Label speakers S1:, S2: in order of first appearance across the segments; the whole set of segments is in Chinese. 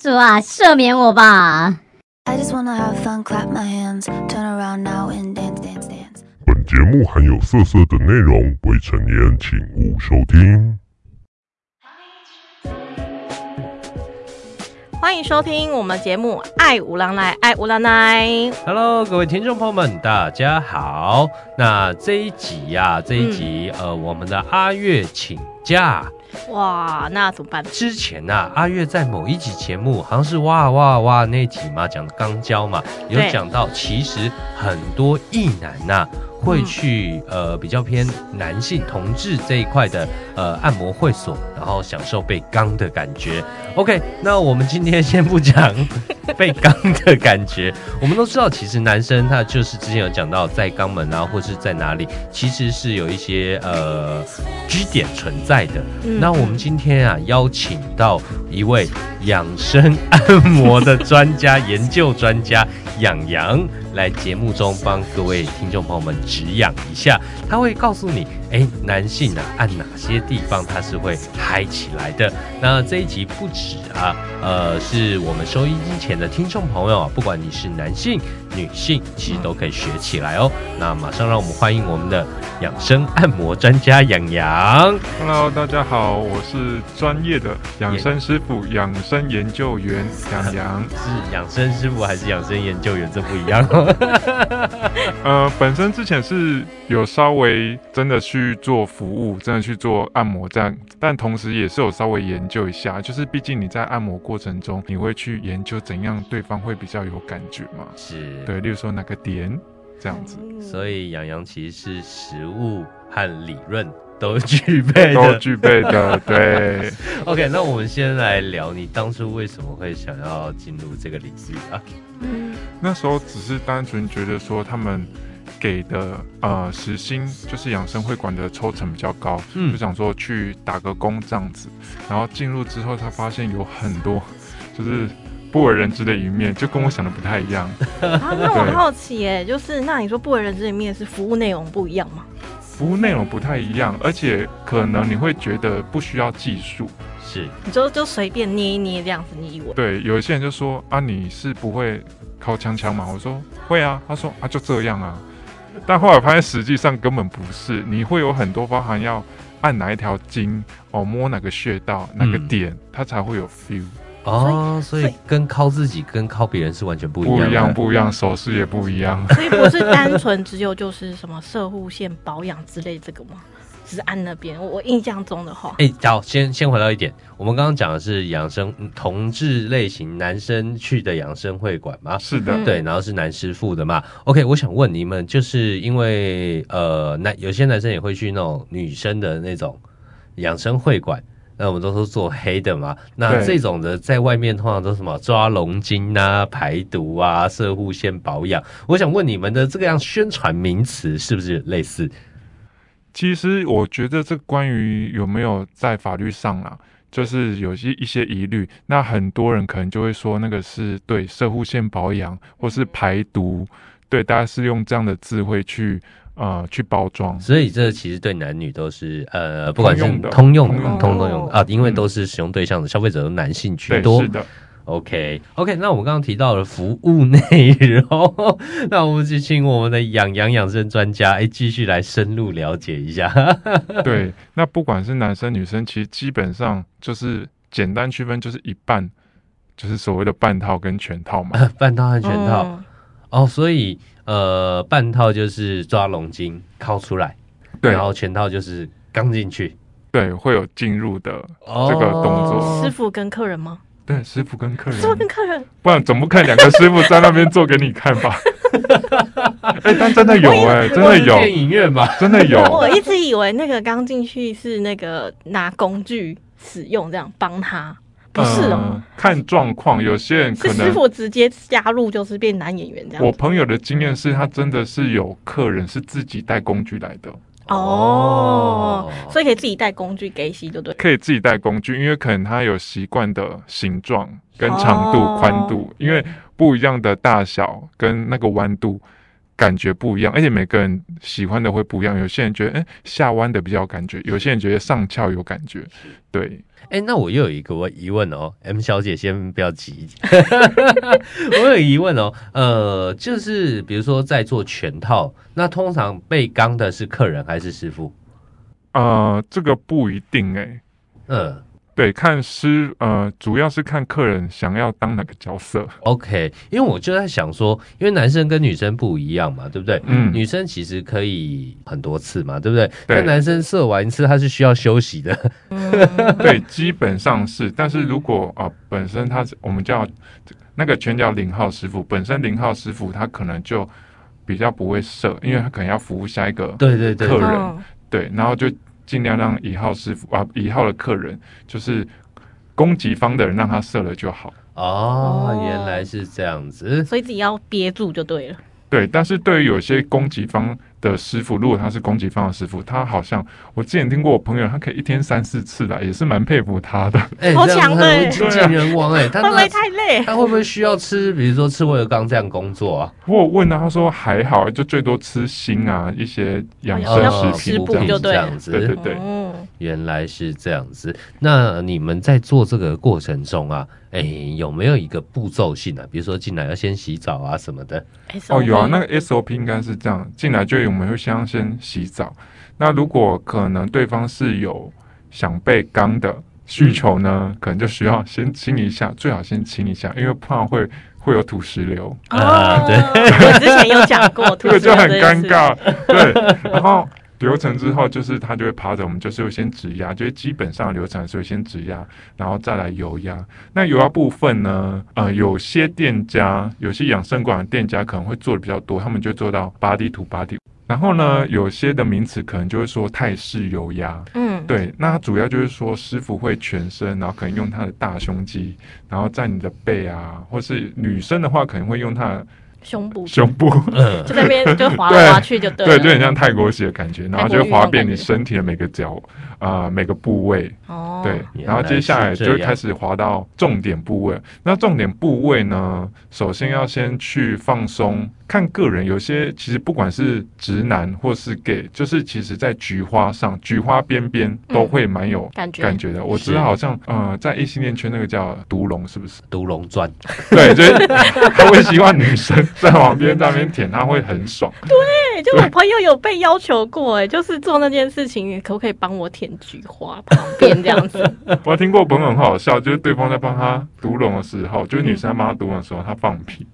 S1: 主啊，赦免我吧！
S2: I just wanna have fun, clap my hands, turn around now and dance, dance, dance.
S3: 本节目含有色色的内容，未成年请勿收听。
S4: 欢迎收听我们节目《爱无郎来爱无郎来》，
S5: Hello，各位听众朋友们，大家好。那这一集呀、这一集、呃，我们的阿月请假
S4: 哇，那怎么办？
S5: 之前呐、阿月在某一集节目，好像是哇哇哇那一集嘛，讲肛交嘛，有
S4: 对
S5: 讲到其实很多异男呐、会去呃比较偏男性同志这一块的呃按摩会所，然后享受被肛的感觉。OK，那我们今天先不讲被肛的感觉，我们都知道，其实男生他就是之前有讲到在肛门啊，或是在哪里，其实是有一些呃居点存在的。
S4: 嗯
S5: 那我们今天啊，邀请到一位养生按摩的专家、研究专家养羊来节目中帮各位听众朋友们指养一下，他会告诉你，哎，男性啊，按哪些地方他是会嗨起来的。那这一集不止啊，呃，是我们收音机前的听众朋友啊，不管你是男性、女性，其实都可以学起来哦。那马上让我们欢迎我们的养生按摩专家养羊。
S6: Hello，大家好，我是专业的养生师傅、养生研究员 杨洋。
S5: 是养生师傅还是养生研究员，这不一样哦。
S6: 呃，本身之前是有稍微真的去做服务，真的去做按摩站，但同时也是有稍微研究一下，就是毕竟你在按摩过程中，你会去研究怎样对方会比较有感觉嘛？
S5: 是，
S6: 对，例如说哪个点这样子，
S5: 所以养羊其实是实物和理论都具备
S6: 都
S5: 的。
S6: 具备的。对，
S5: OK，那我们先来聊你当初为什么会想要进入这个领域啊？
S6: 那时候只是单纯觉得说他们给的呃时薪就是养生会馆的抽成比较高，
S5: 嗯
S6: 就想说去打个工这样子。然后进入之后，他发现有很多就是不为人知的一面，就跟我想的不太一样。
S4: 啊，那我
S6: 对
S4: 好奇耶，就是那你说不为人知的一面是服务内容不一样吗？
S6: 服务内容不太一样，而且可能你会觉得不需要技术。
S5: 是
S4: 你就就随便捏一捏这样子，你以为？
S6: 对，有一些人就说啊，你是不会靠枪枪吗？我说会啊，他说啊就这样啊，但后来发现实际上根本不是，你会有很多包含要按哪一条筋哦，摸哪个穴道哪个
S5: 嗯
S6: 点，它才会有 feel，
S5: 哦，所
S4: 所
S5: 以
S4: 以
S5: 跟靠自己跟靠别人是完全不一样
S6: 不
S5: 的。
S6: 一样不一样，手势也不一样。
S4: 所以不是单纯只有就是什么射护线保养之类这个吗？只是按那边，我我印象中的话，
S5: 哎、好，先先回到一点，我们刚刚讲的是养生嗯同志类型男生去的养生会馆吗？
S6: 是的，
S4: 嗯
S5: 对，然后是男师傅的嘛。OK，我想问你们，就是因为呃，男有些男生也会去那种女生的那种养生会馆，那我们都是做黑的嘛。那
S6: 对
S5: 这种的在外面通常都是什么抓龙筋啊、排毒啊、射护线保养。我想问你们的这个样宣传名词是不是类似？
S6: 其实我觉得这关于有没有在法律上啊，就是有些一些疑虑。那很多人可能就会说，那个是对射护线保养或是排毒，对，大家是用这样的智慧去呃去包装。
S5: 所以这其实对男女都是呃，不管是
S6: 通用的
S5: 通用的、
S6: 通用
S5: 通
S6: 的
S5: 通用的
S4: 哦
S5: 啊，因为都是使用对象的消费者都男性居
S6: 对，
S5: 多。
S6: 是的，
S5: OK OK，那我们刚刚提到了服务内容， 那我们就请我们的养羊养生专家，哎，继续来深入了解一下。
S6: 对。那不管是男生女生，其实基本上就是简单区分，就是一半，就是所谓的半套跟全 套嘛。
S5: 半套和全套、
S4: 嗯
S5: 哦，所以呃，半套就是抓龙筋靠出来，
S6: 对
S5: 然，后全套就是刚进去
S6: 对，会有进入的。
S5: 哦
S6: 这个动作
S4: 嗯师傅跟客人吗？
S6: 对，师傅跟
S5: 嗯
S6: 客人
S4: 师傅跟客人，
S6: 不然总不看两个师傅在那边做给你看吧？哎、但真的有哎、真的
S5: 或者是电
S6: 有，
S5: 影院吧？
S6: 真的有
S4: 我，一直以为那个刚进去是那个拿工具使用这样帮他，不是哦。
S6: 呃看状况，有些人
S4: 是
S6: 可
S4: 师
S6: 能。
S4: 傅直接加入，就是变男演员这
S6: 我
S4: 样子。
S6: 朋友的经验是他真的是有客人是自己带工具来的，
S4: 哦，所以可以自己带工具给洗，就对。
S6: 可以自己带工具，因为可能他有习惯的形状跟长度
S4: 哦、
S6: 宽度，因为不一样的大小跟那个弯度，感觉不一样，而且每个人喜欢的会不一样。有些人觉得，哎、下弯的比较有感觉；有些人觉得上翘有感觉。对，
S5: 哎、那我又有一个问疑问哦，M 小姐先不要急， 我有疑问哦，呃，就是比如说在做全套，那通常被刚的是客人还是师傅？
S6: 呃，这个不一定哎、
S5: 嗯、
S6: 对，看师呃，主要是看客人想要当哪个角色。
S5: OK，因为我就在想说，因为男生跟女生不一样嘛，对不对？
S6: 嗯
S5: 女生其实可以很多次嘛，对不对？
S6: 对
S5: 但男生射完一次他是需要休息的。
S6: 对，基本上是。但是如果啊、呃本身他是我们叫那个圈叫零号师傅，本身零号师傅他可能就比较不会射，因为他可能要服务下一个
S5: 对对对
S6: 客
S5: 对
S6: 人
S4: 嗯
S6: 对，然后就尽量让一号师傅啊一号的客人就是攻击方的人让他射了就好。
S5: 哦，
S4: 哦
S5: 原来是这样子。
S4: 所以自己要憋住就对了。
S6: 对，但是对于有些攻击方的师傅，如果他是攻击方的师傅，他好像我之前听过我朋友，他可以一天三四次啦，也是蛮佩服 他的。
S5: 哎、
S4: 好
S5: 这样
S4: 强
S5: 很容易
S4: 哎
S5: 精
S6: 对啊
S5: 尽 人亡哎、他
S4: 会不
S5: 那
S4: 会太累？
S5: 他会不会需要吃，比如说吃威尔刚这样工作啊？
S6: 我有问他，他说还好，就最多吃锌啊，一些养
S4: 哦
S6: 生食
S4: 食
S6: 品
S4: 补
S6: 这样
S4: 就
S6: 子。
S4: 对
S5: 这样
S6: 对对
S5: 子。
S6: 对，
S4: 嗯，
S5: 原来是这样子。那你们在做这个过程中啊，哎、有没有一个步骤性啊？比如说进来要先洗澡啊什么 的。
S4: 哎
S6: 哦，有啊，那
S4: 个
S6: 个 SOP 应该是这样，进来就我们会先先洗澡。那如果可能对方是有想被刚的需求呢，可能就需要先亲一下，最好先亲一下，因为不然会会有土石流，
S5: 啊对
S4: 哦我之前有讲过，
S6: 这个就很
S4: 吐司有这
S6: 尴
S4: 件事。
S6: 尬。对，然后流程之后就是他就会趴着，我们就是会先指压，就是基本上的流程是会先指压，然后再来油压。那油压部分呢，呃，有些店家，有些养生馆的店家可能会做的比较多，他们就做到八 D 图八 D。然后呢，有些的名词可能就会说泰式油压，
S4: 嗯，
S6: 对，那它主要就是说师傅会全身，然后可能用他的大胸肌，然后在你的背啊，或是女生的话可能会用她的
S4: 胸部就
S6: 胸部，
S5: 嗯，
S4: 在那边就滑来滑去就对了。
S6: 对，就很像泰国洗的感觉，然后就滑遍你身体的每个角啊、呃每个部位，
S4: 哦，
S6: 对，
S5: 原
S6: 然后接下来
S5: 来是
S6: 就
S5: 这样
S6: 会开始滑到重点部位。那重点部位呢，首先要先去放松，看个人。有些其实不管是直男或是 gay，就是其实在菊花上、菊花边边都会蛮有
S4: 感觉
S6: 嗯感觉的。我知道
S5: 是
S6: 好像呃，在异性恋圈那个叫毒龙，是不 是？
S5: 独龙 砖。
S6: 对，就是他会希望女生在旁边在那边舔，他会很爽。
S4: 对，就我朋友有被要求过，哎，就是做那件事情，可不可以帮我舔菊花旁边这样子？
S6: 我听过朋友很好笑，就是对方在帮他读龙的时候，就是女生在帮他读龙的时候，他放 屁。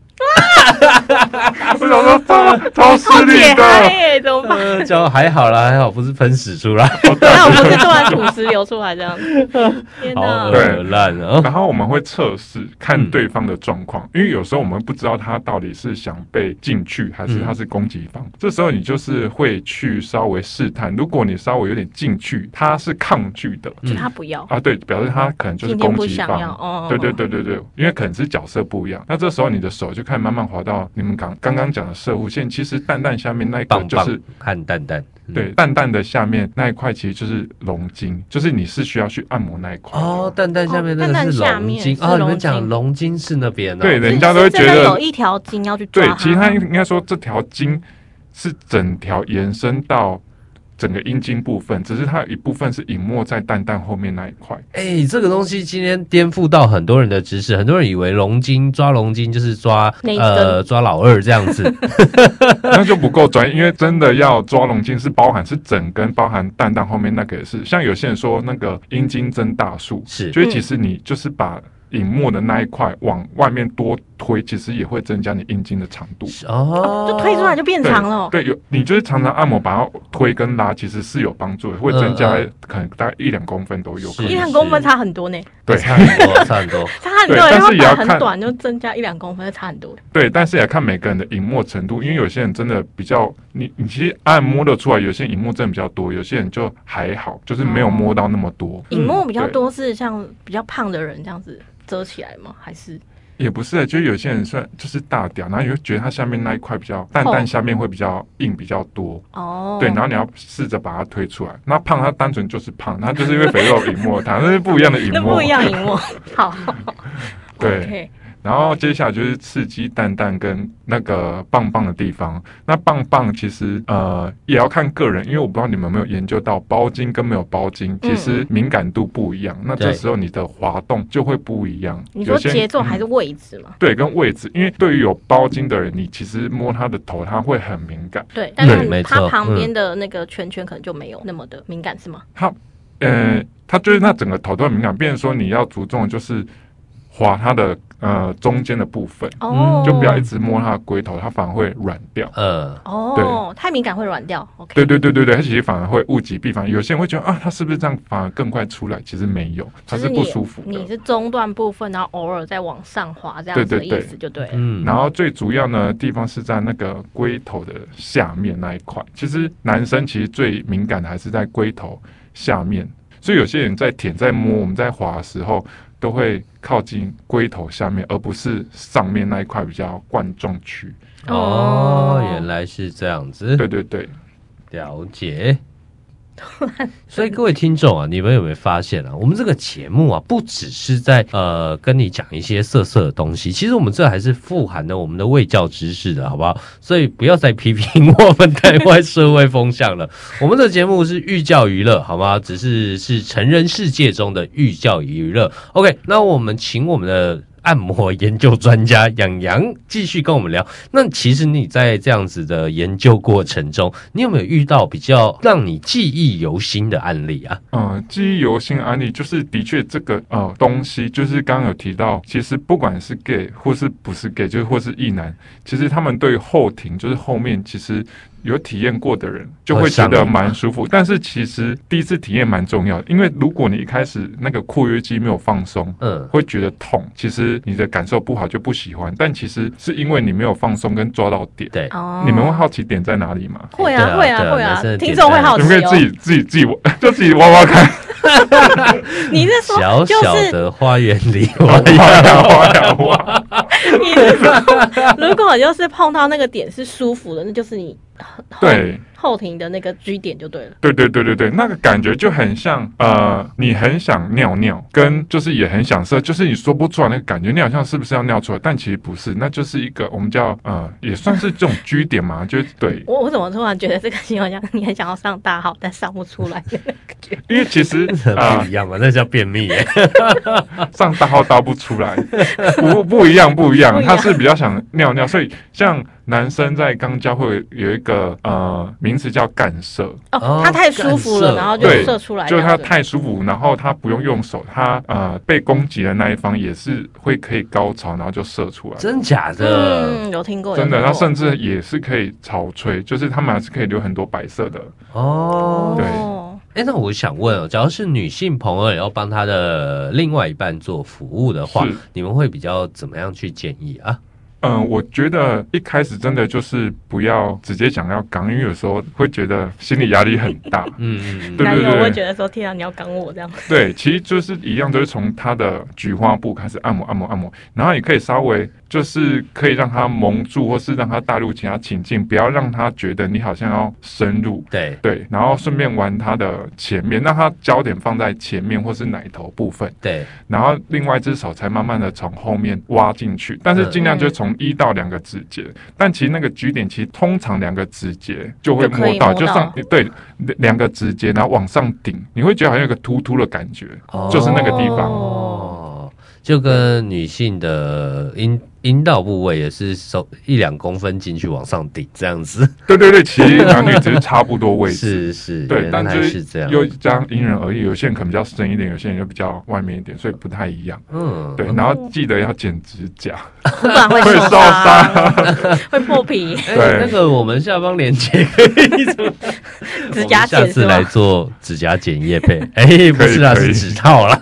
S6: 我想说超超势利
S4: 解
S6: 的，
S4: 嗨耶，怎么办？
S5: 呃，就还好啦，还好不是喷屎出来，
S4: 然后不是突然土石流出来这样子？天
S5: 好
S4: 哪！
S5: 恶烂啊！
S6: 然后我们会测试看对方的状况，
S4: 嗯
S6: 因为有时候我们不知道他到底是想被进去还
S4: 嗯
S6: 是他是攻击方。这时候你就是会去稍微试探，如果你稍微有点进去，他是抗拒的
S4: 就他不要，
S6: 啊，对，表示他可能就是
S4: 嗯今天
S6: 攻
S4: 不
S6: 击
S4: 想要。
S6: 方。
S4: 哦，
S6: 对对对对对，因为可能是角色不一样，那这时候你的手就开始慢慢滑到你们刚刚刚讲的射物线，其实蛋蛋下面那一个
S5: 棒
S6: 就
S5: 棒
S6: 是
S5: 和蛋蛋，嗯
S6: 对蛋蛋的下面那一块其实就是龙筋，就是你是需要去按摩那一块。
S5: 哦，蛋蛋下面那
S4: 哦蛋
S5: 个
S4: 蛋
S5: 是
S4: 下
S5: 龙
S4: 面
S5: 筋
S4: 是
S5: 哦，你
S4: 龙筋
S5: 们讲龙筋是那边哦，
S6: 对，
S4: 是，
S6: 人家都会
S4: 是
S6: 觉
S4: 真的有
S6: 得
S4: 一啊条筋要去抓
S6: 对
S4: 它，
S6: 其实他应该说这条筋是整条延伸到整个阴茎部分，只是它有一部分是隐没在蛋蛋后面那一块。
S5: 哎、这个东西今天颠覆到很多人的知识，很多人以为龙筋抓龙筋就是抓
S4: 那一
S5: 呃
S4: 根
S5: 抓老二这样子，
S6: 那就不够专业，因为真的要抓龙筋是包含是整根，包含蛋蛋后面那个也是。像有些人说那个阴茎增大术，
S5: 是
S6: 就是其实你就是把隐没的那一块往外面多推，其实也会增加你阴茎的长度。
S5: 哦，
S4: 就推出来就变
S6: 对
S4: 长了。哦
S6: 对，有你就是常常按摩把它推跟拉，其实是有帮助的，会增加
S5: 嗯嗯
S6: 可能大概一两公分都有可
S5: 是
S6: 能
S4: 一。两公分差很多呢，
S6: 对
S5: 差很多差很多，
S4: 差很
S6: 对
S4: 多，因为
S6: 但是
S4: 它
S6: 也要
S4: 本
S6: 看嗯
S4: 很短，就增加一两公分，就差很多。
S6: 对，但是也看每个人的隐没程度，因为有些人真的比较，你你其实按摸得出来，有些人隐没真的比较多，有些人就还好，就是没有摸到那么多。嗯
S4: 荧幕比较
S6: 对
S4: 多是像比较胖的人这样子遮起来吗？还是
S6: 也不是，啊就是有些人算就是大屌，然后你会觉得它下面那一块比较蛋蛋下面会比较硬比较多，
S4: 哦？
S6: 对，然后 你要试着把它推出来。那胖它单纯就是胖，它 就是因为肥肉隐没它，那是不一样的隐
S4: 那
S6: 没
S4: 不一，样荧幕。好
S6: 对。
S4: ，OK，
S6: 然后接下来就是刺激蛋蛋跟那个棒棒的地方。那棒棒其实呃也要看个人，因为我不知道你们有没有研究到包茎跟没有包茎，其实
S4: 嗯
S6: 敏感度不一样。那这
S5: 对
S6: 时候你的滑动就会不一样。
S4: 你说
S6: 有些人
S4: 节奏还
S6: 嗯
S4: 是位置嘛？
S6: 对，跟位置，因为对于有包茎的人，你其实摸他的头，他会很敏感。
S4: 对，但是
S5: 没
S4: 你
S5: 错
S4: 它
S5: 嗯
S4: 旁边的那个圈圈可能就没有那么的敏感，是吗？
S6: 他，
S4: 嗯
S6: 呃，他就是那整个头都很敏感，变成说你要着重的就是划他的呃中间的部分，
S4: 哦，
S6: 嗯就不要一直摸他的龟头，他反而会软掉。
S5: 呃，
S4: 哦，太敏感会软掉。OK，
S6: 对对对对对，他其实反而会物极必反。有些人会觉得啊，他是不是这样反而更快出来？其实没有，他
S4: 就是是
S6: 不
S4: 你
S6: 舒服
S4: 你
S6: 的。
S4: 是中段部分，然后偶尔再往上滑这样子的
S6: 对
S4: 意
S6: 对对
S4: 思就对了。
S5: 嗯，
S6: 然后最主要呢地方是在那个龟头的下面那一块。其实男生其实最敏感的还是在龟头下面，所以有些人在舔、在摸、我们在滑的时候，都会靠近龟头下面，而不是上面那一块比较冠状区。
S5: 哦，原来是这样子，
S6: 对对对，
S5: 了解。所以各位听众啊，你们有没有发现啊？我们这个节目啊，不只是在呃跟你讲一些色色的东西，其实我们这还是富含了我们的卫教知识的，好不好？所以不要再批评我们台湾社会风向了。 我们这节目是寓教于乐，好吗？只是是成人世界中的寓教于乐。OK，那我们请我们的按摩研究专家杨洋继续跟我们聊。那其实你在这样子的研究过程中，你有没有遇到比较让你记忆犹新的案例啊？
S6: 呃，记忆犹新案例就是的确这个呃东西，就是刚刚有提到，其实不管是 gay 或是不是 gay，就是或是异男，其实他们对后庭就是后面其实有体验过的人就会觉得蛮舒服，但是其实第一次体验蛮重要的，因为如果你一开始那个括约肌没有放松。
S5: 嗯，
S6: 会觉得痛，其实你的感受不好就不喜欢，但其实是因为你没有放松跟抓到点。
S5: 对，
S4: 哦，
S6: 你们会好奇点在哪里吗？
S4: 会
S5: 对啊
S4: 啊会
S5: 对啊
S4: 啊会
S5: 男生的
S4: 啊，
S5: 点
S4: 听众会
S5: 在哪
S4: 好
S6: 你
S4: 奇
S6: 们可以
S4: 哦。
S6: 自己自己自己就自己挖挖看，
S4: 你是说
S5: 小
S4: 就
S5: 小
S4: 是
S5: 的花园里，
S6: 挖
S5: 我
S6: 呀挖呀挖。
S4: 你是说， 如果就是碰到那个点是舒服的，那就是你后
S6: 对
S4: 后庭的那个 G 点就对了。
S6: 对对对对对，那个感觉就很像呃，你很想尿尿，跟就是也很想射，就是你说不出来那个感觉，你好像是不是要尿出来，但其实不是，那就是一个我们叫呃，也算是这种居点嘛，就是对，
S4: 我我怎么突然觉得这个形容像你很想要上大号，但上不出来的那个觉？
S6: 因为其实啊
S5: 不、一样嘛，那叫便秘耶。
S6: 上大号大不出 来，不不一样不一
S4: 不
S6: 样，
S4: 一
S6: 他
S4: 样
S6: 是比较想尿尿，所以像男生在肛交会有一个呃名词叫干射，
S5: 哦
S4: 哦，它太舒服
S5: 干
S4: 了，
S5: 涉
S4: 然后就
S6: 对
S4: 射出来这
S6: 就是
S4: 样
S6: 他
S4: 子，
S6: 太舒服，然后他不用用手，他呃被攻击的那一方也是会可以高潮，然后就射出 来。
S5: 真假的？
S4: 嗯，有听过，
S6: 真的，
S4: 有
S6: 他
S4: 听过
S6: 甚至也是可以潮吹，就是他们还是可以留很多白色的。
S5: 哦，
S6: 对
S4: 哦
S5: 哎、那我想问哦，假如是女性朋友也要帮她的另外一半做服务的话
S6: 是，
S5: 你们会比较怎么样去建议啊？
S6: 嗯、我觉得一开始真的就是不要直接想要刚，因为有时候会觉得心理压力很大。
S5: 嗯，
S6: 对
S4: 男
S6: 对
S4: 友
S6: 对
S4: 会觉得说：“天啊，你要赶我这样。
S6: 对，其实就是一样，都是从他的菊花部开始按摩、按摩、按摩，然后也可以稍微就是可以让他蒙住，或是让他带入其他情境，不要让他觉得你好像要深入。
S5: 对
S6: 对，然后顺便玩它的前面，让它焦点放在前面或是奶头部分，
S5: 对，
S6: 然后另外一只手才慢慢的从后面挖进去，但是尽量就
S5: 嗯
S6: 从一到两个指节，但其实那个局点其实通常两个指节就会
S4: 就可
S6: 摸
S4: 以
S6: 到，
S4: 摸
S6: 就
S4: 到
S6: 上对两两个指节，然后往上顶，你会觉得好像有个突突的感觉，
S5: 哦
S6: 就是那个地方。
S5: 哦，就跟女性的阴阴道部位也是手一两公分进去往上顶这样子，
S6: 对对对，其实男女只是差不多位置。
S5: 是 是，
S6: 对，
S5: 原
S6: 但
S5: 来是这样，
S6: 又这样因人而异，有些人可能比较深一点，有些人就比较外面一点，所以不太一样。
S5: 嗯，
S6: 对，然后记得要剪指甲。”
S4: 不然会
S6: 会受
S4: 受伤，会破皮。
S5: 哎
S6: 对
S5: 那个我们下方链接可以做
S4: 指甲
S5: 我们下
S4: 剪
S5: 次
S4: 是
S5: 来
S4: 吗？
S5: 做指甲剪叶 配，哎、不是啦，
S6: 可以
S5: 是指套啦。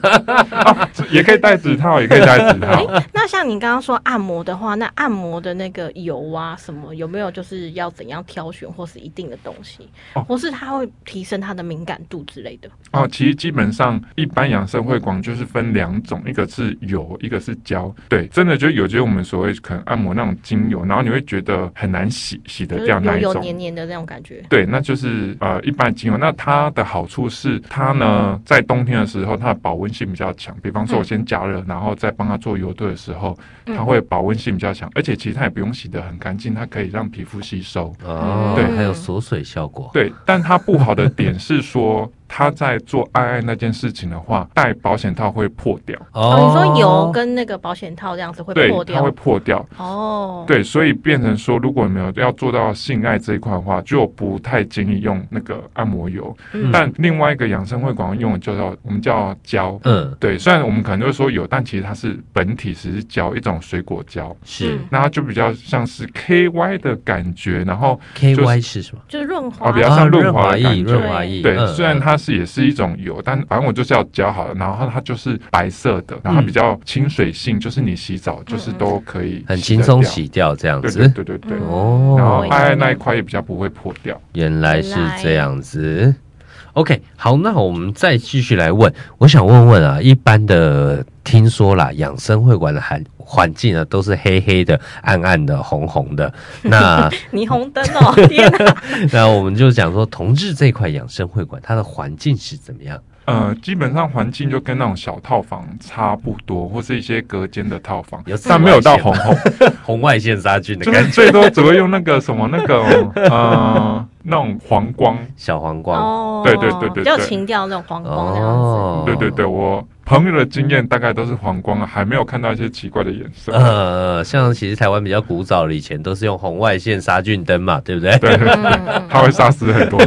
S6: 也可以戴指套，也可以戴指套。
S4: 那像你刚刚说按摩的话，那按摩的那个油啊什么，有没有就是要怎样挑选，或是一定的东西，
S6: 哦
S4: 或是它会提升它的敏感度之类的？
S6: 哦，其实基本上一般养生会馆就是分两种，一个是油，一个是胶。对，真的就有就是我们所谓可能按摩那种精油，然后你会觉得很难洗洗
S4: 就
S6: 得
S4: 是
S6: 掉那
S4: 油
S6: 一
S4: 油
S6: 种。
S4: 黏黏的那种感觉。
S6: 对，那
S4: 嗯
S6: 就是呃一般精油。那它的好处是，它呢在冬天的时候，它的保温性比较强。比
S4: 嗯
S6: 方说，我先加热，然后再帮它做油对的时候，它会保温性比较强，而且其实它也不用洗得很干净，它可以让皮肤吸收。
S5: 哦，
S6: 对
S5: 还有锁水效果，
S6: 对，但它不好的点是说，它在做爱爱那件事情的话，戴保险套会破掉，
S4: 哦，你说油跟那个保险套这样子会
S6: 对
S4: 破，
S6: 它
S4: 掉
S6: 会？破掉。
S4: 哦，，
S6: 对，所以变成说，如果没有要做到性爱这一块的话，就不太建议用那个按摩油。
S4: 嗯
S6: 但另外一个养生会馆用的就叫我们叫胶。
S5: 嗯
S6: 对，虽然我们可能会说有，但其实它是本体只是胶，一种水果胶，
S5: 是
S4: 嗯
S6: 那它就比较像是 KY 的感觉，然后
S5: K
S6: 是
S5: Y 是什么？
S4: 就是润滑
S6: 啊比较像
S5: 啊
S6: 润
S5: 润
S6: 滑的
S5: 液，
S6: 感觉
S5: 润滑液。
S6: 对，
S5: 嗯
S6: 虽然它是也是一种油，但反正我就是要胶好了，然后它就是白色的，然后
S5: 嗯
S6: 它比较清水性，就是你洗澡就是都可以
S5: 很
S6: 洗
S5: 轻
S6: 得
S5: 松
S6: 掉
S5: 洗掉这样
S6: 对
S5: 子
S6: 对对对对。
S4: 嗯
S5: 哦。
S6: 然后
S4: 哦
S6: 爱爱那一块也比较不会破掉。
S5: 原来是
S4: 原来
S5: 这样子。OK，好，那我们再继续来问，我想问问啊，一般的听说啦，养生会馆的环环境呢都是黑黑的、暗暗的、红红的。 那
S4: 霓虹灯哦，天哪！
S5: 那我们就讲说，同志这块养生会馆它的环境是怎么样？
S6: 呃，基本上环境就跟那种小套房差不多，或是一些隔间的套房
S5: 有紫，
S6: 但没有到
S5: 外线
S6: 红红，
S5: 红外线杀菌的
S6: 就
S5: 感
S6: 是
S5: 觉，
S6: 最多只会用那个什么那个呃那种黄光。
S5: 小黄瓜。
S4: 哦，
S6: 对对对对
S4: 比
S6: 对
S4: 较情调那种黄光这样
S5: 哦，
S6: 对对对，我朋友的经验大概都是黄光啊，还没有看到一些奇怪的颜色。
S5: 呃，像其实台湾比较古早的，以前都是用红外线杀菌灯嘛，对不对？
S6: 对，
S4: 子。嗯
S6: 它会杀死 很多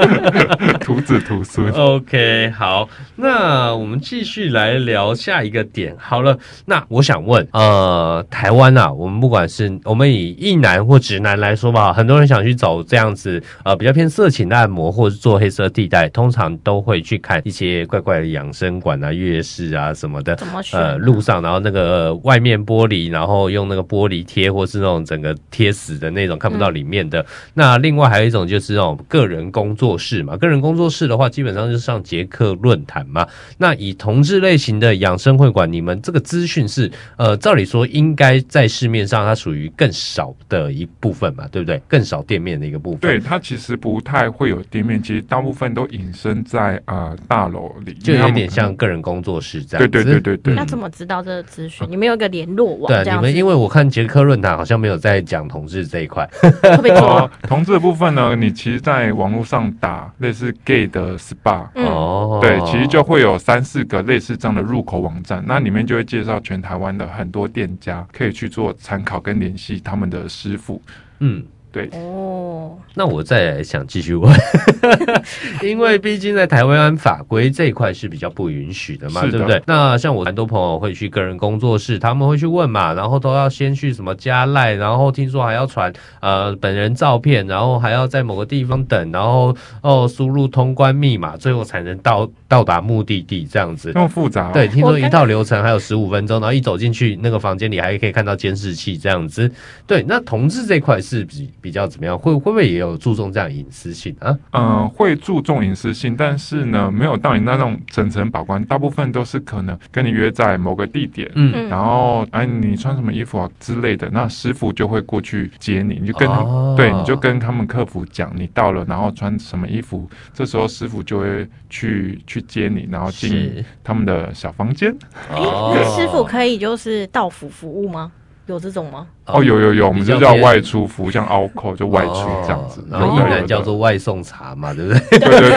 S6: 徒子徒孙。
S5: OK，好，那我们继续来聊下一个点。好了，那我想问，呃，台湾啊，我们不管是我们以异男或直男来说吧，很多人想去走这样子，呃，比较偏色情的按摩或者是做黑色地带，通常都会去看一些怪怪的养生馆啊、月事啊什么的。
S4: 怎么选？
S5: 呃，路上，然后那个、呃外面玻璃，然后用那个玻璃贴，或是那种整个贴死的那种，看不到里面
S4: 嗯
S5: 的。那另外还有一种就是那种个人工作室嘛，个人工作室的话，基本上就是上捷克论坛嘛。那以同志类型的养生会馆，你们这个资讯是呃，照理说应该在市面上它属于更少的一部分嘛，对不对？更少店面的一个部分。
S6: 对，，它其实不太会有店面，其实大部分都隐身在呃大楼里，
S5: 就
S6: 因为
S5: 有
S6: 他们
S5: 点像个人工作室这样子。
S6: 对对对对对
S4: 要怎么知道这个资讯？你们有一个联络网，这
S5: 嗯对，你
S4: 样
S5: 们
S4: 子
S5: 因为我看捷克论坛好像没有在讲同志这一块，
S4: 会不会
S6: 哦
S4: 做？，
S6: 同志的部分呢，你其实在网络上打类似 gay 的 SPA，、
S4: 嗯，
S5: 哦，
S6: 对，其实就会有三四个类似这样的入口网站，那里面就会介绍全台湾的很多店家可以去做参考跟联系他们的师傅。
S5: 嗯。
S6: 对，
S4: 哦，
S5: 那我再来想继续问， 因为毕竟在台湾法规这一块是比较不允许的嘛，
S6: 是的
S5: 对不对？那像我很多朋友会去个人工作室，他们会去问嘛，然后都要先去什么加赖，然后听说还要传呃本人照片，然后还要在某个地方等，然后哦输入通关密码，最后才能到到达目的地这样子。
S6: 那么复杂、
S5: 对，，听
S4: 我
S5: 说一
S4: 刚
S5: 套流程还有十五分钟，然后一走进去那个房间里还可以看到监视器这样子。对，那同志这块是比比较怎么样？会会不会也有注重这样隐私性啊？
S6: 嗯、会注重隐私性，但是呢，没有到你那种层层把关，大部分都是可能跟你约在某个地点。
S5: 嗯，
S4: 嗯
S6: 然后，哎，你穿什么衣服啊之类的，那师傅就会过去接你，你就跟他们，
S5: 哦
S6: 对，你就跟他们客服讲你到了，然后穿什么衣服，这时候师傅就会去去接你，然后进
S5: 是
S6: 他们的小房间。
S5: 哦
S4: 那师傅可以就是到府服务吗？有这种 吗？
S6: 哦，有有有，我们
S5: 比较
S6: 就叫
S5: 偏
S6: 外出服，像凹扣就外出这样子
S5: 哦，
S6: 有
S5: 然后一
S6: 的有
S5: 男
S6: 的
S5: 叫做外送茶嘛，对不 对
S6: 对对对对对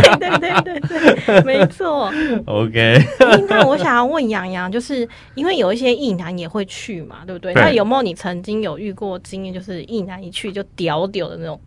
S4: 对对对对对，没错。
S5: ？OK，
S4: 诶那我想要问洋洋，就是因为有一些异男也会去嘛，对不对？
S6: 对
S4: 那有没有你曾经有遇过经验，就是异男一去就屌屌的那种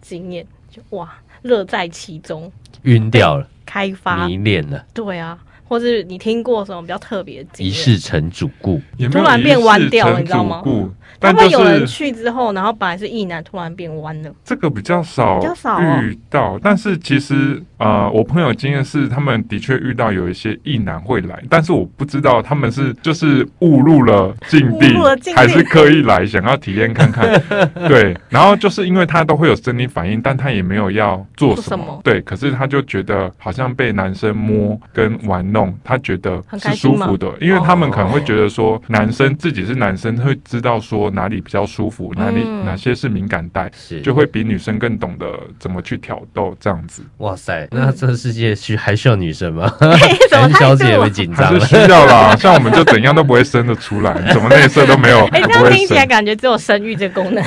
S4: 经验，就哇乐在其中，
S5: 晕掉了，
S4: 开发
S5: 迷恋了，
S4: 对啊，或是你听过什么比较特别的经
S5: 一
S4: 验？
S5: 世成主顾。
S6: 也没
S4: 突
S6: 有
S4: 然
S6: 一
S4: 变弯
S6: 世
S4: 掉了
S6: 成
S4: 你知道
S6: 主
S4: 吗
S6: 顾
S4: 会
S6: 但
S4: 不会
S6: 就
S4: 有人
S6: 是
S4: 去之后，然后本来是异男，突然变弯了？
S6: 这个比较少
S4: 比较少哦嗯
S6: 遇到，但是其实呃，我朋友经验是他们的确遇到有一些异男会来，但是我不知道他们是就是误入了境
S4: 误入了
S6: 地，
S4: 境地
S6: 还是刻意来想要体验看看。 对，然后就是因为他都会有生理反应，但他也没有要做
S4: 做
S6: 什
S4: 什
S6: 么
S4: 么，
S6: 对，可是他就觉得好像被男生摸跟玩弄，用，他觉得
S4: 很
S6: 是
S4: 开
S6: 舒
S4: 心吗哦
S6: 服的，因为他们可能会觉得说，男生自己是男生，会知道说哪里比较舒服，哪里
S4: 嗯
S6: 哪些是敏感带，
S5: 是
S6: 就会比女生更懂得怎么去挑逗这样子。
S5: 哇塞，那这个世界需还需要 女生吗？
S4: 怎么态
S5: 陈嗯小姐
S4: 度
S5: 也
S4: 啊
S5: 会紧
S6: 还
S5: 张
S6: 是
S5: 了。
S6: 需要啦， 像我们就怎样都不会生得 出来，怎么内射都没有，
S4: 哎、
S6: 都
S4: 这
S6: 不
S4: 样
S6: 会
S4: 听起
S6: 生
S4: 来。感觉只有生育这个功能，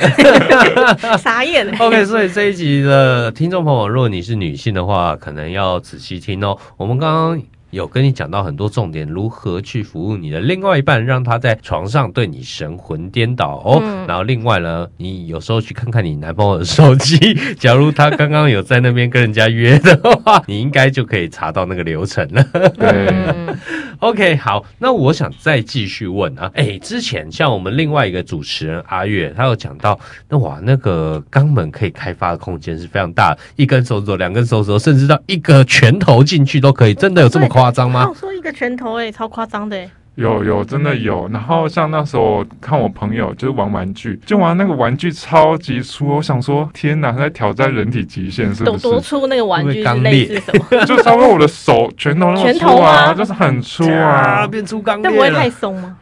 S4: 傻眼、欸。
S5: OK，所以这一集的听众朋友，如果你是女性的话，可能要仔细听哦。我们刚刚有跟你讲到很多重点，如何去服务你的另外一半，让他在床上对你神魂颠倒哦。
S4: 嗯
S5: 然后另外呢，你有时候去看看你男朋友的手机， 假如他刚刚有在那边跟人家约的话，你应该就可以查到那个流程了。
S6: 对，
S4: 嗯，
S5: OK，好，那我想再继续问啊，哎，之前像我们另外一个主持人阿月，他有讲到，那哇，那个肛门可以开发的空间是非常大的，一根手指头、两根手指头，甚至到一个拳头进去都可以，真的有这么夸张
S4: 他
S5: 吗
S4: 有？说一个拳头、欸，哎，超夸张的、欸。
S6: 有有真的有。然后像那时候看我朋友就是玩玩具，就玩那个玩具超级粗，我想说天哪，他在挑战人体极限是不
S4: 多多
S6: 是？
S4: 出那个玩具
S5: 会不
S4: 是
S5: 会
S4: 类似什么？
S6: 就差不多我的手拳头那么
S4: 拳
S6: 粗
S4: 头
S6: 啊，
S4: 吗
S6: 就是很粗啊。
S5: 变粗肛
S4: 但不会太松吗？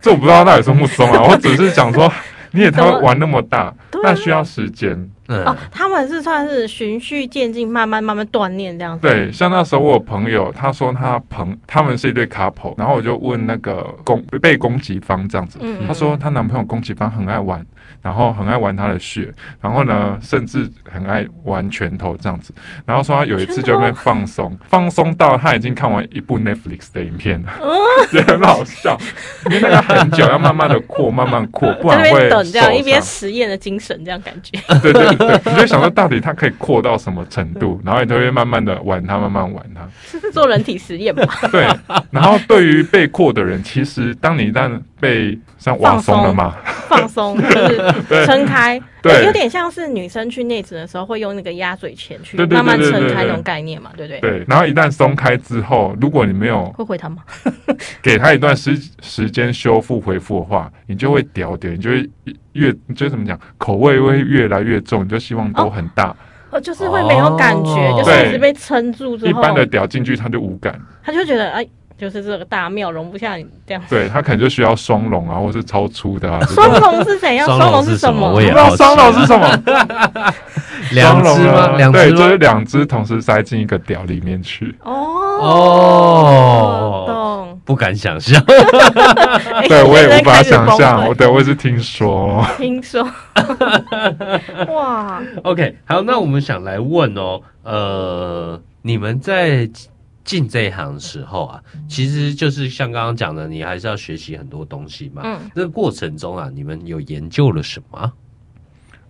S6: 这我不知道到底松不松啊，我只是想说。你也他
S4: 怎么
S6: 玩那么大，
S4: 对啊
S6: 那需要时间。
S5: 嗯
S4: 哦，，他们是算是循序渐进，慢慢慢慢锻炼这样子。
S6: 对，像那时候我有朋友，他说他朋他们是一对 couple，然后我就问那个攻被攻击方这样子，
S4: 嗯，嗯，
S6: 她说她男朋友宫崎方很爱玩，然后很爱玩她的血，然后
S4: 嗯
S6: 呢，甚至很爱玩拳头这样子。然后说她有一次就在那边放松，放松到她已经看完一部 Netflix 的影片了，
S4: 哦
S6: 觉得很好 笑，因为那个很久，要慢慢的扩，慢慢扩，不
S4: 在
S6: 然
S4: 那
S6: 会
S4: 边等这样，
S6: 受
S4: 一边
S6: 伤
S4: 实验的精神这样感觉。
S6: 对对对，你就想说到底它可以扩到什么程度，
S4: 嗯
S6: 然后你就会慢慢的玩它，慢慢玩它。
S4: 是做人体实验吧？
S6: 对，然后对于被扩的人，其实当你一旦被像挖松了嘛，
S4: 放松，就是撑开，
S6: 对
S4: 欸有点像是女生去内诊的时候会用那个鸭嘴钳去
S6: 对对对
S4: 慢慢
S6: 对对
S4: 撑
S6: 对
S4: 开
S6: 对
S4: 那种概念嘛，对不对？
S6: 对，然后一旦松开之后，如果你没有
S4: 会回弹吗？
S6: 给他一段时时间修复恢复的话，你就会屌点，你就会越你就怎么讲，口味会越来越重，你就希望都很大。
S4: 哦，就是会没有感觉，
S5: 哦
S4: 就是一直
S6: 对
S4: 被撑住
S6: 一
S4: 之后，
S6: 般的屌进去他就无感，
S4: 他就会觉得哎，就是这个大庙容不下你这样。
S6: 对他可能就需要双龙啊，或是超粗的啊。这 种
S4: 双龙是怎样？
S5: 双
S4: 双
S5: 龙
S4: 龙
S5: 是
S4: 是
S5: 什
S4: 什
S5: 么
S4: 么
S5: 我？
S6: 不
S5: 也
S6: 知道双龙是什么？
S5: 两
S6: 双
S5: 只
S6: 龙
S5: 吗？
S6: 啊
S5: 两只
S6: 对，就是
S5: 吗？
S6: 两只同时塞进一个屌里面去。
S5: 哦
S4: 懂。
S5: 不敢想象，
S4: 哎
S6: 对我
S4: 现
S6: 也
S4: 在
S6: 无法
S4: 开始
S6: 想
S4: 崩
S6: 象，
S4: 溃
S6: 我对我也是听说。
S4: 听 说，哇，
S5: OK，好，那我们想来问哦，呃，你们在进这一行的时候啊，其实就是像刚刚讲的，你还是要学习很多东西嘛。
S4: 嗯，
S5: 这个过程中啊，你们有研究了什么啊？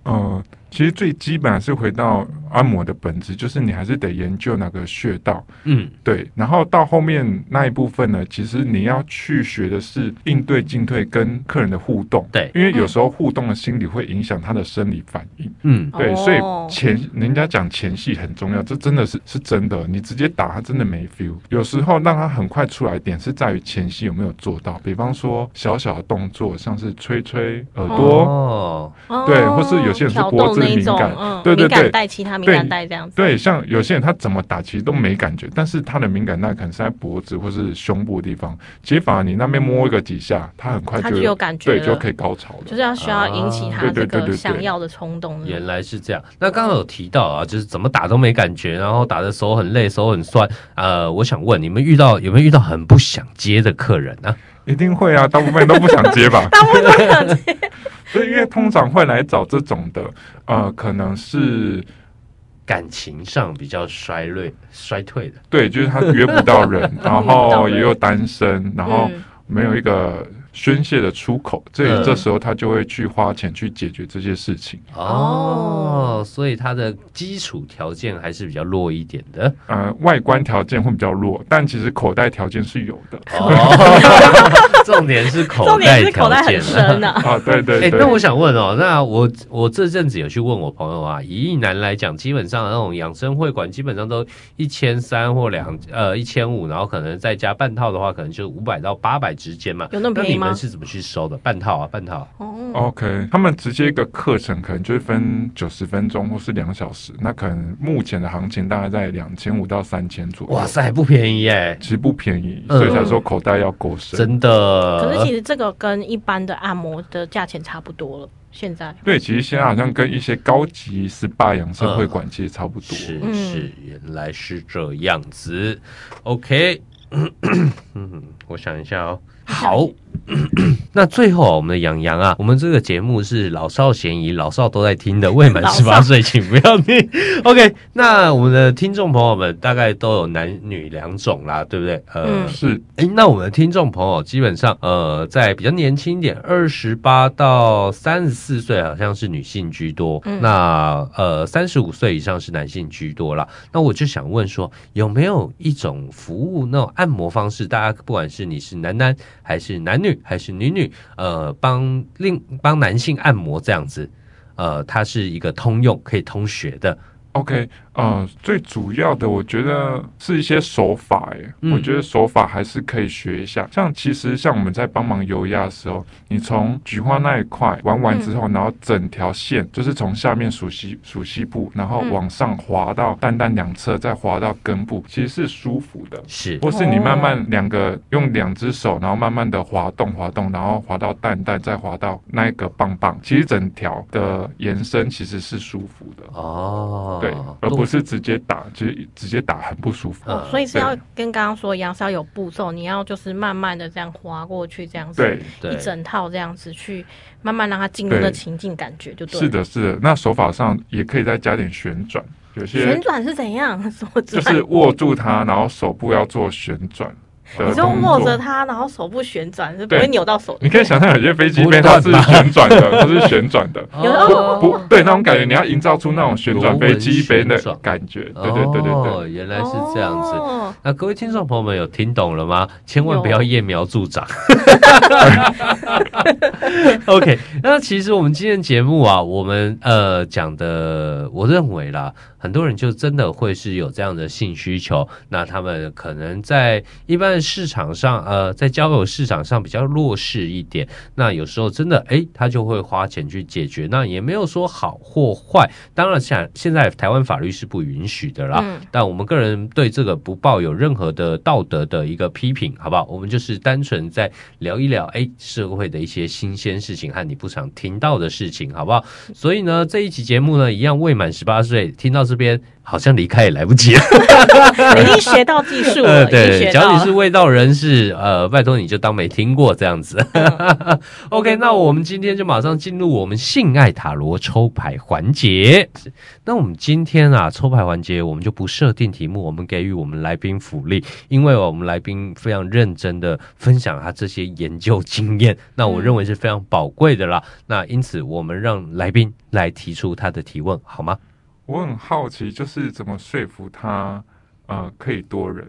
S6: 嗯，其实最基本还是回到按摩的本质，就是你还是得研究哪个穴道。
S5: 嗯，
S6: 对，然后到后面那一部分呢，其实你要去学的是应对进退跟客人的互动，
S5: 对
S6: 因为有时候互动的心理会影响他的生理反应，
S5: 嗯，
S6: 对，
S4: 哦
S6: 所以前人家讲前戏很重要，这真的是是真的，你直接打他真的没 feel。有时候让他很快出来一点是在于前戏有没有做到，比方说小小的动作，像是吹吹耳朵。
S5: 哦，
S4: 哦
S6: 对或是有些人是
S4: 挑
S6: 脖
S4: 动
S6: 子
S4: 那一
S6: 敏
S4: 种，
S6: 感
S4: 嗯，
S6: 对对
S4: 敏
S6: 对
S4: 感带其他敏
S6: 对
S4: 感带这样子，
S6: 对，像有些人他怎么打其实都没感觉，但是他的敏感带可能是在脖子或是胸部的地方，其实反而你那边摸一个几下，他很快
S4: 他
S6: 就
S4: 就有感觉
S6: 对，就
S4: 了
S6: 可以高潮了。
S4: 就是要需要引起
S5: 啊
S4: 他
S6: 对
S4: 这
S6: 对对对
S4: 个
S6: 对
S4: 想要的冲动。
S5: 原来是这样。那刚刚有提到啊，就是怎么打都没感觉，然后打的手很累，手很酸。呃，我想问你们遇到有没有遇到很不想接的客人呢、
S6: 一定会啊，大部分都不想接 吧？大部分 不想接，因为通常会来找这种的，呃，可能是
S5: 感情上比较衰弱、衰退的。
S6: 对，就是他约不到 人，然后也有单身，然后
S4: 嗯
S6: 没有一个宣泄的出口，所
S5: 嗯
S6: 以这时候他就会去花钱去解决这些事情。
S5: 哦，所以它的基础条件还是比较弱一点的。
S6: 呃，外观条件会比较弱，但其实口袋条件是有的。
S5: 哦，重点是口
S4: 重点
S5: 袋
S4: 是口
S5: 条
S4: 袋
S5: 件
S4: 很
S5: 啊。
S4: 深啊，
S6: 啊，对对
S5: 哎、
S6: 对，
S5: 那我想问哦，那我我这阵子有去问我朋友啊，以一男来讲，基本上那种养生会馆基本上都一千三或两呃一千五，然后可能再加半套的话，可能就五百到八百之间嘛。
S4: 有那么
S5: 那
S4: 便宜
S5: 你
S4: 吗
S5: 们？是怎么去收的？半套啊，半套啊。
S4: 哦，嗯
S6: OK，他们直接一个课程可能就是分九十分钟或是两小时，那可能目前的行情大概在两千五到三千左右，
S5: 哇塞，不便宜耶，
S6: 其实不便宜，
S5: 嗯
S6: 所以才说口袋要够深。
S5: 真
S6: 呃
S5: 的。
S4: 可是其实这个跟一般的按摩的价钱差不多了，现在。
S6: 对，其实现在好像跟一些高级
S5: 嗯
S6: SPA 养生会馆其实差不多。
S5: 是
S4: 嗯
S5: 是，原来是这样子。OK，嗯，我想一下哦。好， 那最后啊我们的杨洋啊，我们这个节目是老少咸宜，老少都在听的，未满
S4: 老
S5: 十
S4: 少
S5: 八岁请不要听。OK，那我们的听众朋友们大概都有男女两种啦，对不对？呃，
S4: 嗯
S6: 是
S5: 诶，那我们的听众朋友基本上，呃，在比较年轻一点，二十八到三十四岁好像是女性居多，
S4: 嗯
S5: 那呃三十五岁以上是男性居多啦。那我就想问说，有没有一种服务那种按摩方式，大家不管是你是男男还是男女还是女女，呃，帮另帮男性按摩这样子，呃，它是一个通用可以通学的，
S6: OK，呃，最主要的我觉得是一些手法耶，
S5: 嗯
S6: 我觉得手法还是可以学一下。像其实像我们在帮忙油压的时候，你从菊花那一块玩完之后，然后整条线就是从下面属膝属膝部，然后往上滑到蛋蛋两侧，再滑到根部，其实是舒服的。
S5: 是
S6: 或是你慢慢两个用两只手，然后慢慢的滑动滑动，然后滑到蛋蛋，再滑到那一个棒棒，其实整条的延伸其实是舒服的。
S5: 哦，
S6: 对，而不是直接打，直直接打很不舒服。
S5: 嗯
S4: 哦所以是要
S6: 呃对
S4: 跟刚刚说一样，是要有步骤，你要就是慢慢的这样划过去，这样子，
S6: 对，
S5: 对
S4: 一整套这样子去慢慢让它进入
S6: 对
S4: 那情境感觉，就对。
S6: 是，的，是的。那手法上也可以再加点旋转，有些
S4: 旋转是怎样？什么
S6: 就
S4: 转？
S6: 是握住它，然后手部要做旋转
S4: 你
S6: 的
S4: 就
S6: 动
S4: 握着
S6: 作。
S4: 它，然后手不旋转，是不
S6: 对
S4: 会扭到手的。
S6: 你可以想象有些飞机杯它是旋转的，它是旋转的，
S5: 哦
S4: 有
S6: 不不对那种感觉，你要营造出那种旋转飞机杯的感觉。对对对对对
S5: 哦，原来是这样子。
S4: 哦
S5: 那啊各位听众朋友们有听懂了吗？千万不要揠苗助长。OK，那其实我们今天节目啊，我们呃讲的，我认为啦，很多人就真的会是有这样的性需求，那他们可能在一般的市场上，呃，在交友市场上比较弱势一点。那有时候真的，哎，他就会花钱去解决，那也没有说好或坏。当然，现现在台湾法律是不允许的啦。
S4: 嗯
S5: 但我们个人对这个不抱有任何的道德的一个批评，好不好？我们就是单纯在聊一聊，哎，社会的一些新鲜事情和你不常听到的事情，好不好？所以呢，这一期节目呢，一样未满十八岁，听到这边好像离开也来不及了。
S4: 你已经学到技 术了，已
S5: 呃，
S4: 经
S5: 对，
S4: 学
S5: 只要
S4: 到
S5: 你
S4: 了
S5: 是。味道人士，呃，拜托你就当没听过这样 子。OK，那
S4: 嗯
S5: 我们今天就马上进入我们性爱塔罗抽牌环节。那我们今天啊，抽牌环节我们就不设定题目，我们给予我们来宾福利，因为我们来宾非常认真的分享他这些研究经验， 那我认为是非常宝贵的啦。那因此，我们让来宾来提出他的提问，好吗？
S6: 我很好奇，就是怎么说服他，呃，可以多人，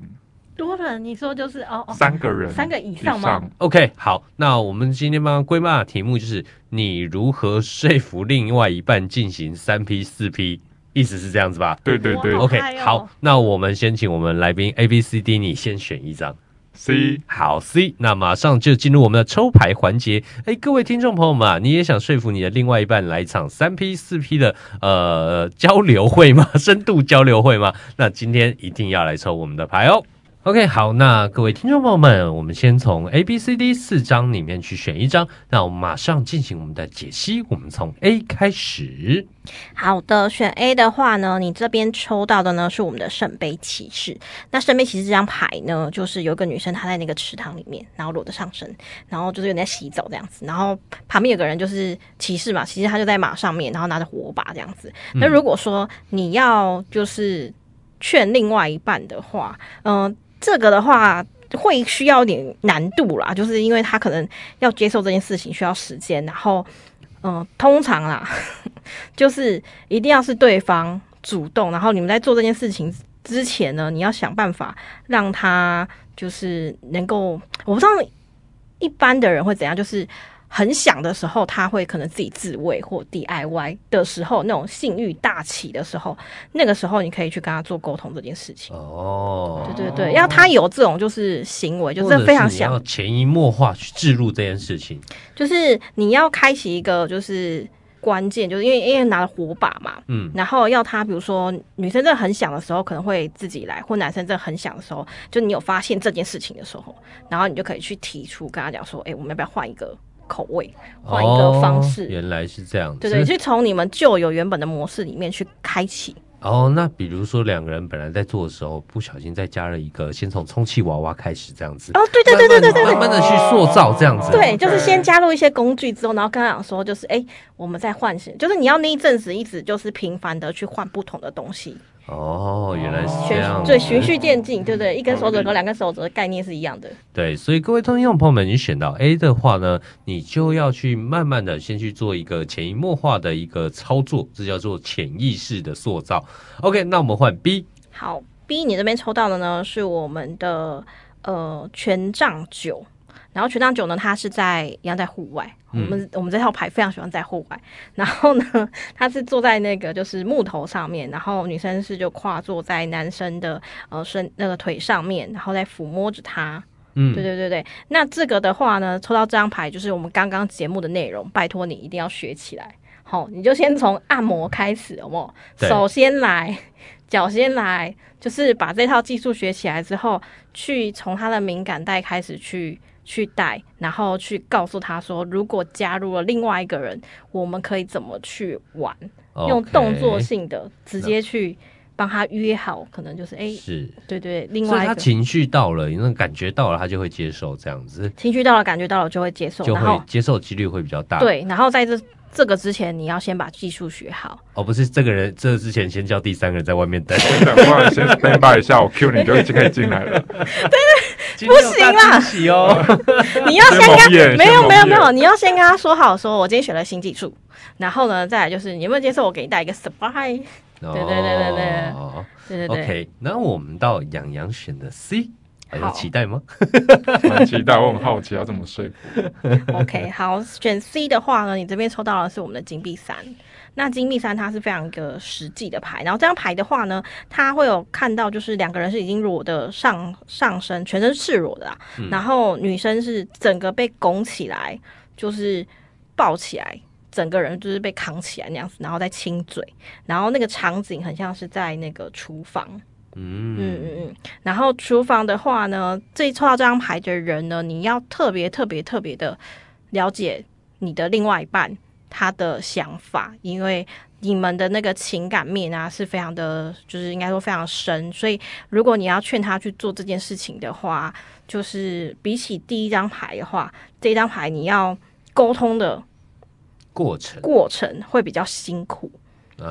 S4: 多了，你说就是哦哦，
S6: 三个人，
S4: 三个以
S6: 以
S4: 上吗？
S5: OK，好，那我们今天帮他归纳的题目就是你如何说服另外一半进行三 P 四 P，意思是这样子吧
S6: 对对对
S4: 哇好
S5: ？OK，
S4: 嗨哦
S5: 好，那我们先请我们来宾 A B C D，你先选一张。
S6: ，C
S5: 好，C，那马上就进入我们的抽牌环节。哎，各位听众朋友们啊，你也想说服你的另外一半来一场三 P 四 P 的呃交流会吗？ 深度交流会吗？那今天一定要来抽我们的牌哦。OK，好，那各位听众朋友们，我们先从 A、B、C、D 四张里面去选一张，那我们马上进行我们的解析。我们从 A 开始，
S4: 好的，选 A 的话呢，你这边抽到的呢是我们的圣杯骑士。那圣杯骑士这张牌呢，就是有一个女生她在那个池塘里面，然后裸着上身，然后就是有点在洗澡这样子，然后旁边有个人就是骑士嘛，骑士他就在马上面，然后拿着火把这样子。那如果说你要就是劝另外一半的话，嗯、这个的话。会需要一点难度啦，就是因为他可能要接受这件事情需要时间，然后，嗯、通常啦， 就是一定要是对方主动，然后你们在做这件事情之前呢，你要想办法让他就是能够，我不知道一般的人会怎样，就是很想的时候，他会可能自己自慰或 DIY 的时候，那种性欲大起的时候，那个时候你可以去跟他做沟通这件事情。
S5: 哦，
S4: 对对对，要他有这种就是行为，就
S5: 或
S4: 是
S5: 者是
S4: 非常
S5: 你要
S4: 想，
S5: 潜移默化去置入这件事情，
S4: 就是你要开启一个就是关键，就是因为因为拿了火把嘛，
S5: 嗯，
S4: 然后要他，比如说女生真的很想的时候，可能会自己来；或男生真的很想的时候，就你有发现这件事情的时候，然后你就可以去提出，跟他讲说：“哎、我们要不要换一个口味，换一个方式
S5: 哦？”原来是这样子，
S4: 对对，去从你们旧有原本的模式里面去开启。
S5: 哦，那比如说两个人本来在做的时候，不小心再加了一个，先从充气娃娃开始这样子，
S4: 哦，对对对对对对
S5: 慢慢的去塑造这样子，
S4: 对，就是先加入一些工具之后，然后跟他讲说，就是哎、我们再换些，就是你要那一阵子一直就是频繁的去换不同的东西，
S5: 哦，原来是这
S4: 循
S5: 样，
S4: 对循序渐进，对不对？一根手指跟两根手指的概念是一样的。
S5: 对，所以各位听众朋友们，你选到 A 的话呢，你就要去慢慢的先去做一个潜移默化的一个操作，这叫做潜意识的塑造。OK，那我们换 B，
S4: 好，B 你这边抽到的呢是我们的呃权杖九，然后权杖九呢，它是在一样在户外，我们我们这套牌非常喜欢在户外。然后呢， 它是坐在那个就是木头上面，然后女生是就跨坐在男生的呃身那个腿上面，然后再抚摸着他。
S5: 嗯，
S4: 对对对对，那这个的话呢，抽到这张牌就是我们刚刚节目的内容，拜托你一定要学起来。好，你就先从按摩开始，有没有？
S5: 对
S4: 手先来，脚先来，就是把这套技术学起来之后，去从他的敏感带开始去去带，然后去告诉他说，如果加入了另外一个人，我们可以怎么去玩
S5: OK，
S4: 用动作性的直接去帮他约好，可能就是哎、
S5: 是，
S4: 对对，另
S5: 所
S4: 外
S5: 以
S4: 一
S5: 他
S4: 个
S5: 情绪到了，那感觉到了，他就会接受这样子，
S4: 情绪到了，感觉到了就会接受，
S5: 就
S4: 然后
S5: 会接受几率会比较
S6: 啊
S5: 大。，
S4: 对，然后在这这个之前，你要先把技术学 好。
S5: 哦，不是这个人，这之前先叫第三个人在 外面等，
S6: 等会儿先 stand by 一下，我 Q 你就已经可以进来了。
S5: 不
S4: 行啊啦
S5: 喜哦，
S4: 你要先跟他
S6: 先蒙眼
S4: 没
S6: 先
S4: 有
S6: 蒙
S4: 没有没有，
S6: 眼
S4: 你要先跟他说好，说我今天学了新技术，然后呢，再来就是你有没有接受我给你带一个 surprise？
S5: 对
S4: 对对对对对对对
S5: 哦 OK，那我们到杨洋选的 C，还有
S4: 好
S5: 期待吗？
S6: 蛮期待，我很好奇要怎么说服。
S4: OK，好，选 C 的话呢，你这边抽到的是我们的金币三。那金币三它是非常一个实际的牌，然后这张牌的话呢，它会有看到就是两个人是已经裸的上上身，全身赤裸的啦，然后女生是整个被拱起来，就是抱起来。整个人就是被扛起来那样子，然后再亲嘴，然后那个场景很像是在那个厨房，嗯
S5: 嗯，
S4: 嗯嗯，然后厨房的话呢，这抽到这张牌的人呢，你要特别特别特别的了解你的另外一半他的想法，因为你们的那个情感面啊是非常的，就是应该说非常深，所以如果你要劝他去做这件事情的话，就是比起第一张牌的话，这一张牌你要沟通的
S5: 过程，啊
S4: 过程会比较辛苦。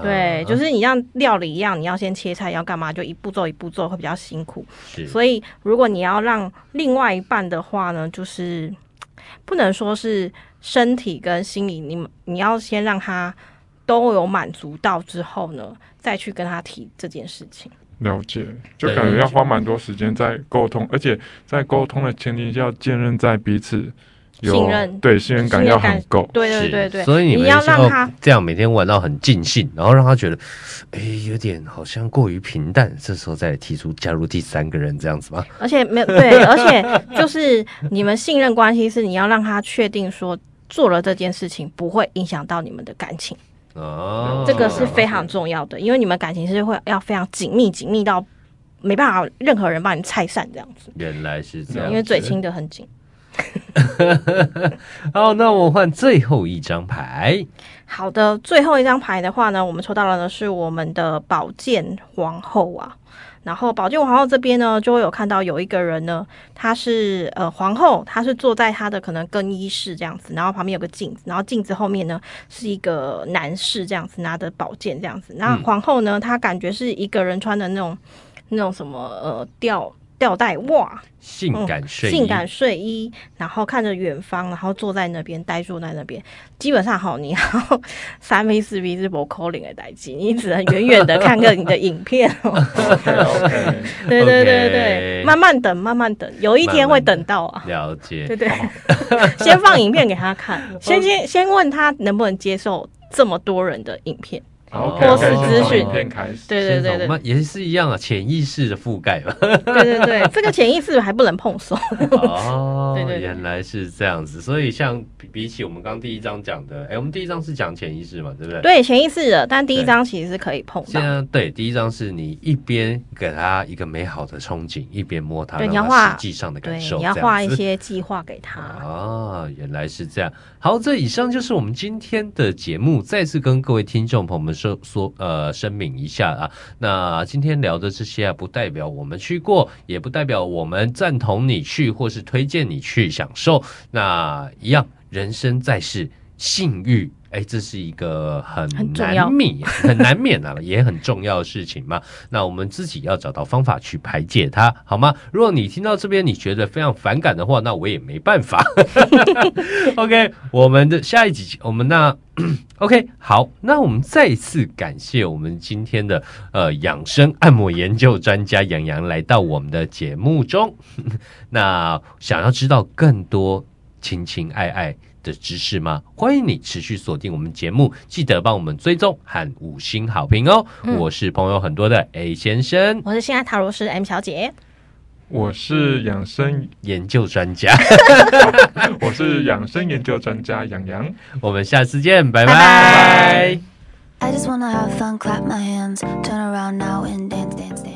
S4: 对，就是你像料理一样，你要先切菜，要干嘛，就一步骤一步骤会比较辛苦。
S5: 是
S4: 所以如果你要让另外一半的话呢，就是不能说是身体跟心理，你们你要先让他都有满足到之后呢，再去跟他提这件事情。
S6: 了解，就
S5: 对
S6: 感觉要花蛮多时间在沟通，而且在沟通的前提下，信任在彼此有
S4: 信任
S6: 对信任感要很够。
S4: 对
S5: 是
S4: 对对对，
S5: 所以你们
S4: 要
S5: 就
S4: 让他
S5: 这样每天玩到很尽兴，然后让他觉得，哎，有点好像过于平淡，这时候再提出加入第三个人这样子吗？
S4: 而且没有 对，而且就是你们信任关系是你要让他确定说做了这件事情不会影响到你们的感情，
S5: 哦，
S4: 这个是非常重要的，因为你们感情是会要非常紧密，紧密到没办法任何人帮你拆散这样子，
S5: 原来是这样，
S4: 因为嘴。亲的很紧。
S5: 好，那我换最后一张牌，
S4: 好的，最后一张牌的话呢，我们抽到了呢是我们的宝剑皇后啊。然后宝剑皇后这边呢，就会有看到有一个人呢，她是呃皇后，她是坐在她的可能更衣室这样子，然后旁边有个镜子，然后镜子后面呢是一个男士这样子拿着宝剑这样子。那皇后呢，她感觉是一个人穿的那种那种什么呃吊吊带袜、
S5: 性感睡衣，
S4: 嗯性感睡衣，然后看着远方，然后坐在那边呆坐在那边。基本上好，你要三 P 四 P 是不 calling 的代际，你只能远远的看个你的影片 哦。
S6: OK OK，
S4: 对对对
S5: OK
S4: 对，慢慢等，慢慢等，有一天会等到啊。
S5: 了解，
S4: 对对，先放影片给他 看，先先先问他能不能接受这么多人的影片。
S6: 好，
S5: 波
S4: 斯资讯
S6: 片开始，
S4: 对对
S5: 先
S4: 对
S5: 从
S4: 对
S5: 慢也是一样啊，潜意识的覆 盖嘛。
S4: 对对对，这个潜意识还不能碰手。
S5: 哦，
S4: 对对对
S5: 原来是这样子，所以像比比起我们刚第一章讲的，哎、我们第一章是讲潜意识嘛，对 不对？。
S4: 对，潜意识的，但第一
S5: 对
S4: 章其实是可以碰
S5: 现
S4: 到。
S5: 在对第一章是你一边给他一个美好的憧憬，一边摸他，
S4: 对
S5: 让
S4: 你要
S5: 他
S4: 画
S5: 实际上的
S4: 对，
S5: 感受，
S4: 你要
S5: 这样
S4: 画一
S5: 子
S4: 些计划给他。
S5: 啊，原来是这样。好，这以上就是我们今天的节目。再次跟各位听众朋友们说说呃声明一下啊，那今天聊的这些啊，不代表我们去过，也不代表我们赞同你去，或是推荐你去享受。那一样，人生在世，性欲。哎，这是一个很
S4: 很重要
S5: 难免、很难免啊，也很重要的事情嘛。那我们自己要找到方法去排解它，好吗？如果你听到这边你觉得非常反感的话，那我也没办 法。OK，我们的下一集，我们那 OK 好，那我们再次感谢我们今天的呃养生按摩研究专家杨洋来到我们的节目中。 那想要知道更多情情爱爱的知识吗？欢迎你持续锁定我们节目，记得帮我们追踪和五星好评哦。
S4: 嗯
S5: 我是朋友很多的 A 先生，
S4: 我是现在塔罗师 M 小姐，
S6: 我是养生，
S5: 研究专家，
S6: 我是养生研究专家杨洋。
S5: 我们下次见，拜
S4: 拜
S5: 拜
S4: 拜
S2: I just wanna have fun, clap my hands, turn around now and dance, dance, dance.